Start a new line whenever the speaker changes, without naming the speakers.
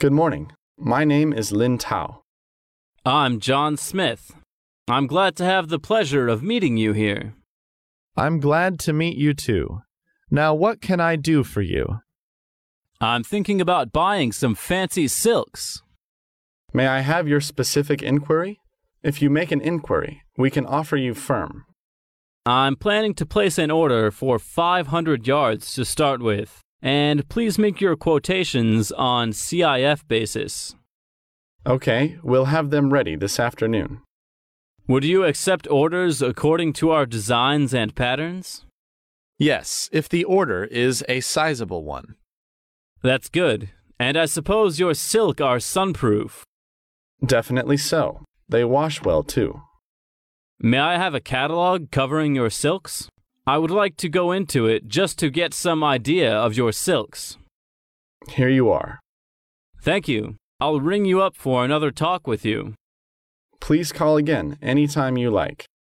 Good morning. My name is Lin Tao.
I'm John Smith. I'm glad to have the pleasure of meeting you here.
I'm glad to meet you too. Now, what can I do for you?
I'm thinking about buying some fancy silks.
May I have your specific inquiry? If you make an inquiry, we can offer you firm.
I'm planning to place an order for 500 yards to start with, and please make your quotations on CIF basis.
Okay, we'll have them ready this afternoon.
Would you accept orders according to our designs and patterns?
Yes, if the order is a sizable one.
That's good. And I suppose your silk are sunproof.
Definitely so. They wash well too.
May I have a catalog covering your silks? I would like to go into it just to get some idea of your silks.
Here you are.
Thank you. I'll ring you up for another talk with you.
Please call again anytime you like.